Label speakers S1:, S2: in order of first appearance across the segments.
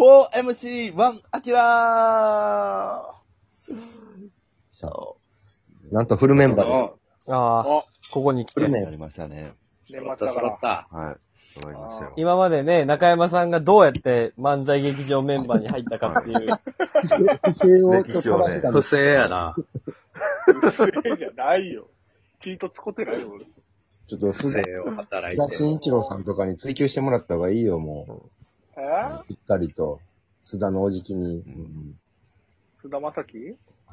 S1: 4MC1 アキラ
S2: さあ、なんとフルメンバーで、
S3: ああ、
S4: お、
S3: ここに来
S2: フル
S3: て。
S2: メン
S1: やりましたね。
S4: 年
S5: ま
S4: 末だから。
S5: た。
S1: はい。わかりましたよ。
S3: 今までね、中山さんがどうやって漫才劇場メンバーに入ったかっていう。
S2: 不正を
S1: 歴史を
S2: 取
S1: ね
S2: られたんで
S5: 不
S2: す
S5: 正やな。
S4: 不正じゃないよ。チート使ってないよ、俺。
S2: ちょっ
S5: 不
S2: とす
S5: 正
S2: で、
S5: を働
S2: 須
S5: い
S2: 田
S5: て
S2: 慎
S5: る。
S2: 一郎さんとかに追求してもらった方がいいよ、も
S4: え
S2: う。ぴったりと。須田のおじきに、
S4: ー須田まさき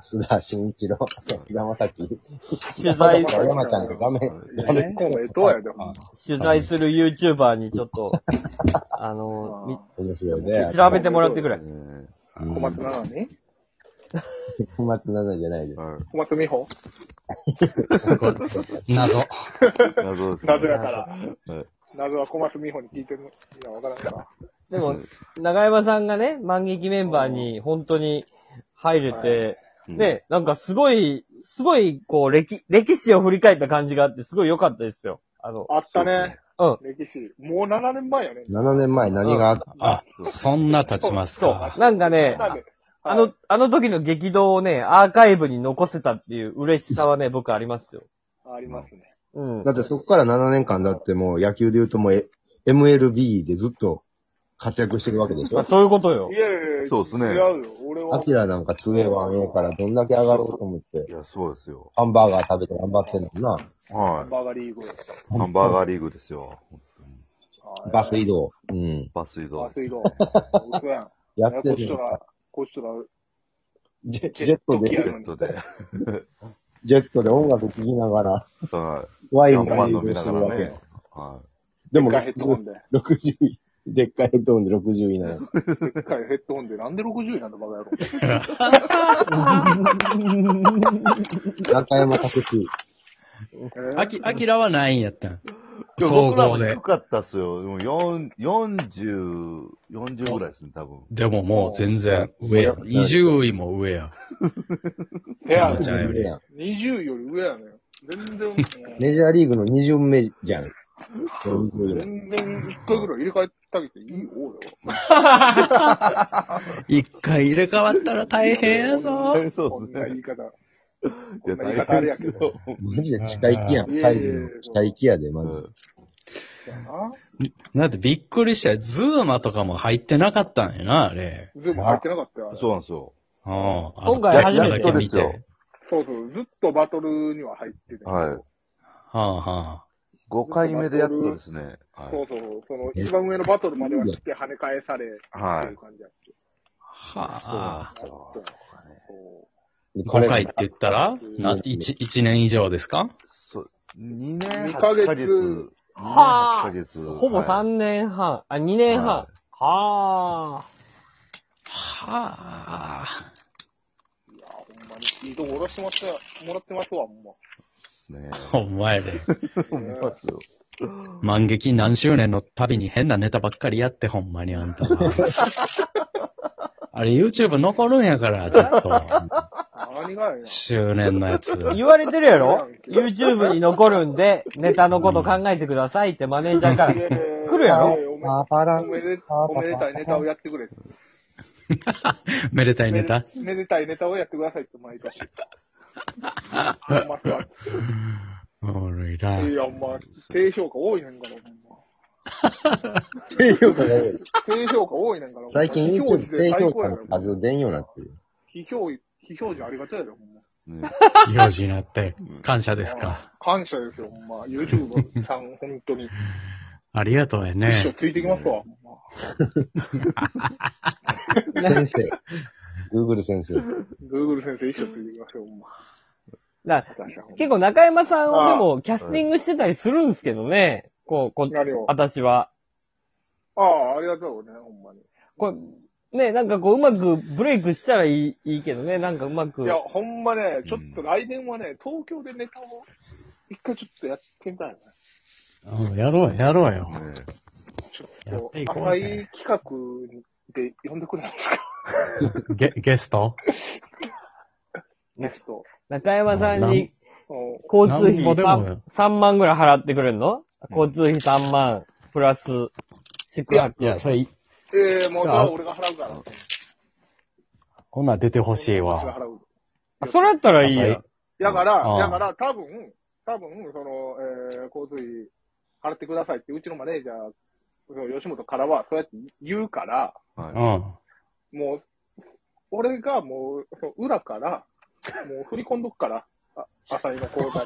S2: 須田慎一郎、須田正樹。
S3: 取材、
S2: 山ちゃんが画面、画面。
S4: 今後、どうやでも。
S3: 取材する YouTuber にちょっと、あの、み
S2: 面白いね。
S3: 調べてもらってくれ。
S1: え
S2: うん
S4: 小松菜奈に
S2: 小松菜奈じゃないで
S1: ー、はい。
S4: 小松美穂
S6: 謎。
S1: 謎ですね。
S4: 謎やから。
S1: はい。
S4: 謎は小松美穂に聞いてるのわからんから。
S3: でも、中山さんがね、漫劇メンバーに本当に入れて、
S1: うん
S3: ね、なんかすごい、すごい、こう、歴、歴史を振り返った感じがあって、すごい良かったですよ。あの、
S4: あったね。
S3: うん。
S4: 歴史。もう7年前やね
S2: す。。7年前何があった
S6: あ、そんな経ちます
S3: そ
S6: か
S3: う。。なんかね、
S4: なんで、
S3: あ
S4: はい
S3: の、、あの時の激動をね、アーカイブに残せたっていう嬉しさはね、僕ありますよ。
S4: ありますね。
S3: うん
S2: だ。ってそこから7年間だってもう野球で言うともうえ MLB でずっと活躍してるわけでし
S3: まあ
S2: ょ
S3: そういうことよ
S4: い。やいやいや、
S1: そうですね
S4: 違うよ。俺
S2: ア
S4: は
S2: キ、ラなんか 2A1A からどんだけ上がろうと思って
S1: い、や、そうですよ。
S2: ハンバーガー食べて頑張ってんのにな。
S1: は
S4: バーガリーグ。
S1: い。ハンバーガーリーグですよ。
S2: バス移動。うん。
S1: バス移動
S4: バ
S1: で
S4: ス
S1: す。
S4: 移動。嘘やん。
S2: やっ
S4: こ
S2: て
S4: っち
S2: る
S4: と
S2: の
S4: ら、こっちとら、
S2: ジェ
S4: ジェ
S2: ジェット
S4: ジェ
S2: で、
S1: セットで。
S2: ジェットで音楽聴きながら、
S1: は
S2: ワ
S1: い。
S2: イ
S1: ガ
S2: ン
S1: ンマ
S2: が
S1: ン
S2: 移
S1: 飲
S2: 動
S1: みな
S2: し
S1: が
S2: てるわ
S1: ら
S2: けよ
S1: ね。。は
S2: でも
S4: でっかいヘッドホ
S2: 60、
S4: ンで。
S2: 60位、でっかいヘッドホンで60位なの。
S4: でっかいヘッドホンで、なんで60位なんだ、バカ野郎。
S2: 中山拓司。
S6: あき、あきらはないんやったん。
S1: い。いや
S6: 総
S1: 僕ら
S6: 合
S1: も
S6: で
S1: 低。かったっすよ。でも4 40、40ぐらいですね、多分。
S6: でももう全然上や。20位も上や。
S4: 部屋
S6: じゃあより
S4: 20より上やねん。全 然、
S2: メジャーリーグの2巡目じゃん。40ぐらい
S4: 全然一回ぐらい入れ替えてあげていいよ、俺は。
S6: 一回入れ替わったら大変やぞ。
S1: そ
S4: こ
S1: うんで
S4: な
S1: す
S4: 言
S1: ね。
S4: い方。
S1: い
S4: こ
S1: や、
S4: んな言い
S1: 大
S4: 方あれ
S1: 変で
S4: や
S1: す
S4: けど。
S1: よ。
S2: マジで近いきやん。
S4: うん
S2: カイジの近いきやで、
S1: う
S2: マジで
S1: ん。
S4: な
S6: だってびっくりした。ズーマとかも入ってなかったんやな、あれ。
S4: 全部入ってなかったよ、あれ
S1: そうなんですよ。
S6: うん。あの
S3: 今回初め
S6: だ
S3: て
S6: け見て。
S1: や
S6: は
S1: っとです
S4: そうそう、ずっとバトルには入ってて。
S1: はい。
S6: あは
S1: 5回目でやっとですね。は
S4: そう
S1: い。
S4: そう、その一番上のバトルまでは来て跳ね返され、っていう感じやって。
S6: あ。はあ。
S1: そう
S4: そ
S6: 5回って言ったら、な、
S2: うん
S6: 1、一年以上ですか
S1: そう。2年
S4: 二
S1: 8
S4: ヶ
S1: ヶ
S4: 月
S1: 月。2年8ヶ月。
S3: ほぼ3
S1: はい
S3: 年半、あ、2年半
S1: は。
S3: はあ。
S6: はあ。
S4: ういや、ほんまに、いいとこ下ろしてましたもらってますわ、ほんま。
S1: ね
S6: お前ね。
S1: 思いますよ。
S6: 万劇何周年の旅に変なネタばっかりやって、ほんまにあんたは。 あれ YouTube 残るんやから、ずっと。
S4: 何がやねん。
S6: 周年のやつ。
S3: 言われてるやろ ?YouTube に残るんで、ネタのこと考えてくださいってマネージャーから。
S4: いやいやいや
S3: 来るやろ
S4: いいおめ
S2: パーパラ
S4: おめで、おめでたいネタをやってくれって。
S6: めでたいネタ。
S4: めでたいネタをやってくださいって 毎年。ほんまさ。
S6: おもろいない
S4: や、お前、低評価多いねんから、ほんま。
S2: 低評価が多い
S4: 低評価多いねんから。ほんま
S2: 最 近
S4: 非表
S2: YouTube
S4: 示で
S2: 低
S4: 最
S2: 評
S4: 高
S2: 価
S4: や
S2: の
S4: から。
S2: 数出んようになってる。
S4: 非表、非表示ありがたいやろ、ほんま。
S1: ね
S6: 用事になって、感謝ですか。
S4: 感謝ですよ、ほんま。YouTube さん、本当に。
S6: ありがとうや
S4: 一生
S6: ね。
S4: ついてきますわ、ほんま。
S2: 先生。Google 先生。
S4: Google 先生一生ついてきますよ、ほんま。
S3: な
S4: 私はほんま
S3: 結構中山さんをでもキャスティングしてたりするんですけどね。こう、こ
S4: 何を
S3: 私は。
S4: ああ、ありがとうね、ほんまに。
S3: これ、ね、なんかこう、うまくブレイクしたらいい、いいけどね。なんかうまく。
S4: いや、ほんまね、ちょっと来年はね、東京でネタを、一回ちょっとやってみたいよね。
S6: うんやろう、やろうよ。
S1: ね
S4: ちょ
S6: やっ
S4: って
S6: い
S4: と、
S6: こ
S4: 浅
S6: う
S4: い
S6: ぜ
S4: 企画で呼んでくれないですか
S6: ゲ、ゲスト
S4: ゲスト。
S3: 中山さん
S6: なん
S3: に
S4: お
S3: 交通費
S6: なんぼでも
S3: 3, 3万ぐらい払ってくれるの交通費3万、プラス宿
S4: いや
S3: 泊。
S6: いや、それ、
S4: ええもうそ
S6: さ
S4: れ
S6: あ
S4: は俺が払うから。
S6: ほな、出てほしい
S4: 私が
S6: わ。
S4: 払う。
S3: あそれやったらいいや。
S4: だから、
S6: ああ
S4: だから、多分、多分、その、えー、交通費払ってくださいって、うちのマネージャー、その吉本からは、そうやって言うから、
S1: は
S6: う
S1: い。
S6: ん。
S4: もう、俺がもう、その裏から、もう振り込んどくから、あ、浅井の口座に。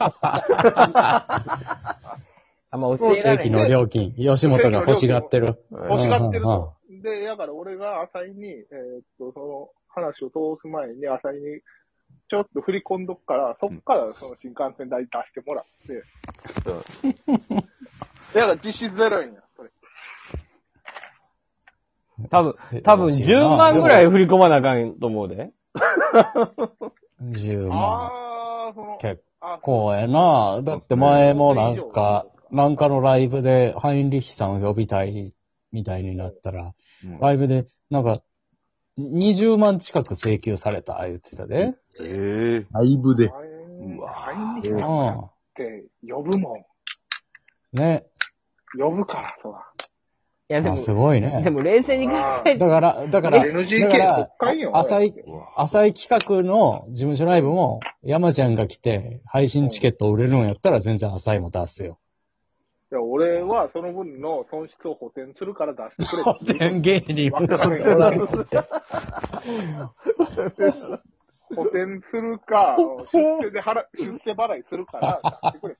S3: あんま教えら
S6: 正
S3: れ
S6: 規
S3: へん。
S6: の料金、吉本が欲しがってる。
S1: は
S4: 欲
S1: い
S4: しがってる
S6: うん
S4: と。で、だから俺が浅井に、えーっと、その話を通す前に浅井に、ちょっと振り込んどくから、そっからその新幹線代出してもらって。だから実質ゼロ円や、それ。
S3: 多分、多分10万ぐらい振り込まなあかんと思うで。
S6: 10万。
S4: ああ、その、
S6: 結
S4: あ、
S6: 構やな。だって前もなんか、なんかのライブで、ハインリッヒさんを呼びたいみたいになったら、
S1: うん
S6: ライブで、なんか、20万近く請求された、言ってたで。
S1: ええ
S2: ライブで。
S4: あれ
S1: うわ
S4: あれに
S6: う
S4: 来たっ
S6: ん。
S4: て呼ぶもん。
S6: ね。
S4: 呼ぶから、そら。
S3: いや、でも
S6: あ、、すごい
S3: で
S6: ね。
S3: も冷静に考え
S6: だ
S3: て、
S6: から、だから、
S4: NGK
S6: だから
S4: 国、会よ。
S6: 浅い、
S1: うわ
S6: 浅い企画の事務所ライブも、山ちゃんが来て、配信チケット売れるんやったら全然浅いも出すよ。
S4: いや、俺はその分の損失を補填するから出してくれ
S6: 古
S4: って言
S6: 典
S4: う。
S6: 芸人
S4: わかるよ補填するか、出世で払、出世払いするから出して くれ。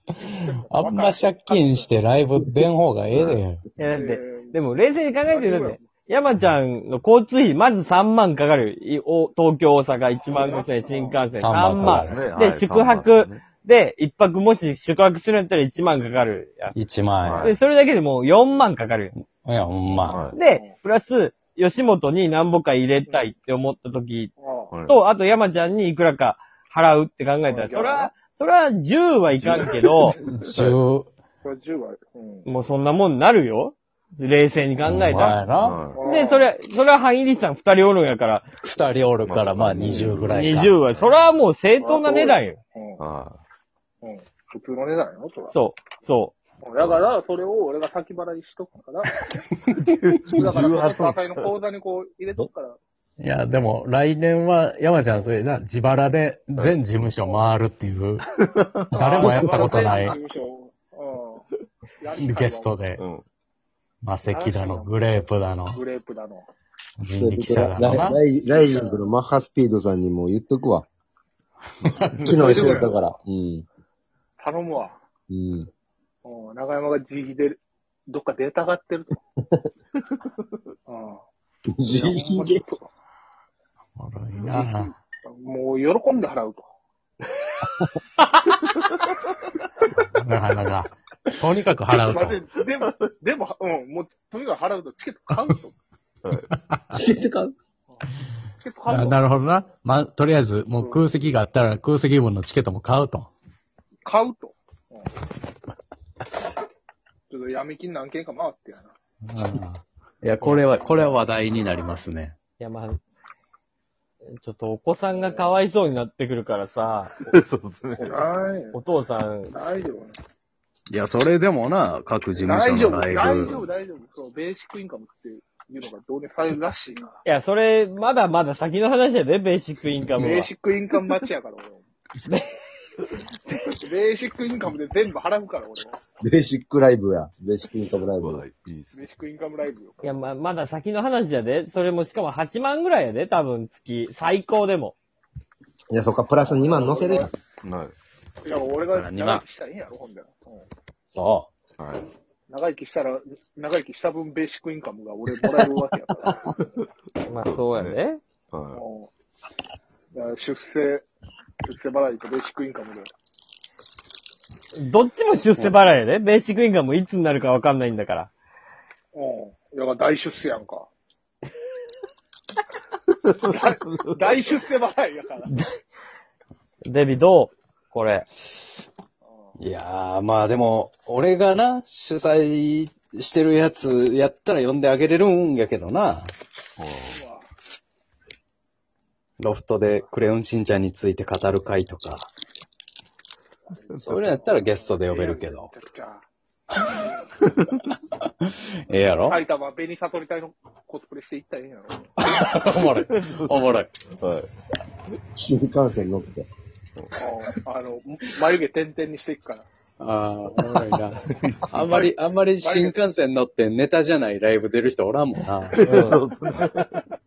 S6: あんま借金してライブ出ん方がええで。
S3: いやだって、
S4: えー
S3: でも冷静に考えてだっ
S4: 出して
S3: て、山ちゃんの交通費、まず3万かかる。いお東京、大阪1万5千円、新幹
S6: 3万
S3: 線3
S6: かか
S3: 万。
S6: る
S1: ね
S3: で
S1: はい
S3: 宿泊
S1: 三万ね
S3: で、一泊もし宿泊するんやったら1万かかるやん。
S6: 1万
S1: はい
S3: で、それだけでもう4万かかるよ。
S6: 円。いや、ほんま。
S1: はい
S3: で、プラス、吉本に何ぼか入れたいって思った時
S4: ああ
S1: はい
S3: と、あと山ちゃんにいくらか払うって考えたら、それは、それは10はいかんけ ど、
S6: 10、
S4: それは10割。うん
S3: もうそんなもんなるよ。冷静に考えた
S6: ほんま
S3: ら。
S6: やな。
S1: は
S3: で、それ、それはハイリスさん2人おるんやから、
S6: 2人おるから、まあ20ぐらいか。
S3: 20は、それはもう正当な値段よ。
S4: うん
S1: いは
S4: うん普通の値段よ、そら。
S3: そう、そ
S4: うんだから、それを俺が先払いしとくから。だから、
S1: 18
S4: 火災の口座にこう入れとくから。
S6: いや、でも来年は山ちゃん、それな、自腹で全事務所回るっていう、誰もやったことない
S4: 事務所うんやりたいわ
S6: ゲストで
S1: い。、うん。
S6: マセキだの、グレープだの、
S4: グレープだの。
S6: 人力車だのな。
S2: ライライジングのマッハスピードさんにも言っとくわ。昨日一緒やったから。うん。
S4: 頼むわ。
S2: うん。
S4: うん長山が自費で、どっか出たがって ると。うん
S2: 自費で。
S6: おもろいな
S4: もう喜んで払うと。
S6: なかなか。 とにかく払う
S4: まあで
S6: と。
S4: でも、でも、うん、もう、とにかく払うと、チケット買うと。
S2: チケット買う
S4: チケット買
S6: な
S4: うと。
S6: なるほどな。まあ、とりあえず、もう空席があったら空席分のチケットも買うと。
S4: 買うと。うんちょっと闇金何件か回ってやな。
S6: いや、これは、これは話題になりますね。
S3: う。いや、まあ、ちょっとお子さんがかわいそうになってくるからさ、
S1: そうですね。
S4: はい。
S3: お父さん、
S4: 大丈夫。
S6: いや、それでもな、各事
S4: 大丈夫、大丈夫、大丈夫。そう、ベーシックインカムっていうのが導入されるらしいから。
S3: いや、それ、まだまだ先の話やで、ベーシックインカム
S4: ベー
S3: は。
S4: シックインカム待ちやから、 俺は。ベーシックインカムで全部払うから、俺は。
S2: ベーシックライブや。ベーシックインカムライ
S1: う
S2: ブ
S1: わ。いいです
S4: ベ
S1: ね。
S4: ーシックインカムライブよ。
S3: いや、ま、まだ先の話やで。それもしかも8万ぐらいやで、多分月。最高でも。
S2: いや、そっか、プラス2万乗せるやん。
S1: はい。
S4: いや、俺が長生きしたらいいんやろ、ほんで。うん
S6: そ
S1: はい。
S4: 長生きしたら、長生きした分ベーシックインカムが俺もらえるわけやから。
S3: まあ、そうや
S1: そう
S3: で。
S1: は
S4: うんだから出世、出世払いとベーシックインカムで。
S3: どっちも出世払いやで。ベーシックインカムいつになるかわかんないんだから。
S4: うん。だから大出世やん か。大大出世払いやから。
S3: デビどうこれ。
S6: う。いやー、まあでも、俺がな、主催してるやつやったら呼んであげれるんやけどな。
S1: い。
S6: ロフトでクレヨンしんちゃんについて語る会とか。それやったらゲストで呼べるけど
S4: め。ちゃくちゃ。
S6: ええやろ
S4: 埼玉紅サトリ隊のコスプレしていったらええんやろ。
S6: おも ろい。おもろい。
S1: はい。
S2: 新幹線乗って。
S4: あの、眉毛点々にしていくから。
S6: ああー、おもろいな。 あんまり、あんまり新幹線乗ってネタじゃないライブ出る人おらんもんな。
S1: そうですね。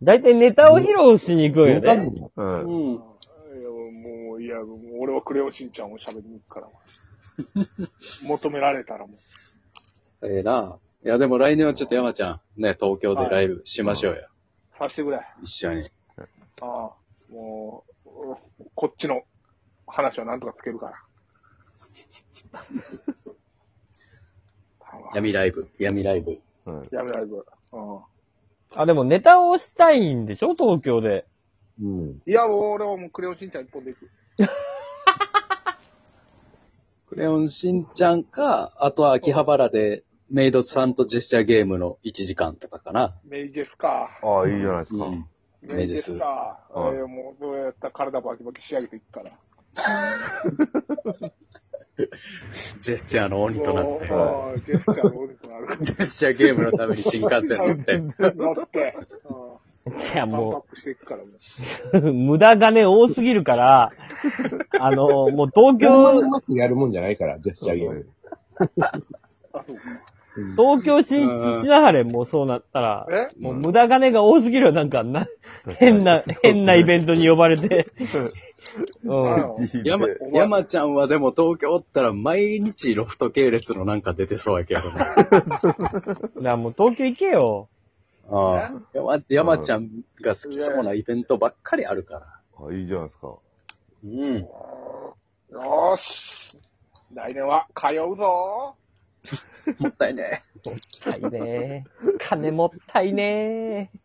S3: だいたいネタを披露しに行くんよ
S2: わかんな
S3: ね。
S2: い
S1: はい。
S6: うん。
S4: いや、もう、いや、もう俺はクレヨンしんちゃんを喋りに行くから。求められたらもう。
S6: ええな。いや、でも来年はちょっと山ちゃん、ね、東京でライブしましょうよ。
S4: さしてくれ。あ
S6: 一緒に。
S4: あ、もう、こっちの話はなんとかつけるから。
S6: 闇ライブ。闇ライブ。
S1: はい
S4: やめないぞ。うん
S3: あ、でもネタをしたいんでしょ東京で。
S2: うん。
S4: いや、もう俺はもうクレヨンしんちゃん一本で行く。
S6: クレヨンしんちゃんか、あとは秋葉原でメイドさんとジェスチャーゲームの1時間とかかな。
S4: メイジェスか。
S1: ああ、いいじゃないですか。
S6: うん。
S4: メイジェスか。え
S1: メイジェス
S4: ーもう、どうやったら体バキバキ仕上げていくから。
S6: ジェスチャーの鬼となって。
S4: もううんジェスチャーの鬼となるから。
S6: ジェスチャーゲームのために新幹線乗って。
S4: 乗って、
S3: いや、
S4: うん、パンプアッ
S3: も
S4: プしていくからもう。
S3: う、無駄金多すぎる から、あの、もう東
S2: ほんまにう
S3: 京、
S2: まくやるもんじゃないから、ジェスチャーゲーム。
S4: あ、そうか。
S3: 東京進出しなはれ、もうそうなったら。
S4: え
S3: もう無駄金が多すぎるよ、なんか、な、変な、変なイベントに呼ばれて。うん。
S4: あ
S1: いいね
S6: 山、山ちゃんはでも東京おったら毎日ロフト系列のなんか出てそうやけどね。
S3: だからもう東京行けよ。
S6: ああ山山ちゃんが好きそうなイベントばっかりあるから。
S1: あいいじゃないですか。
S6: うん。
S4: よーし。来年は通うぞ。
S6: もったいねえ。
S3: はいね金もったいねー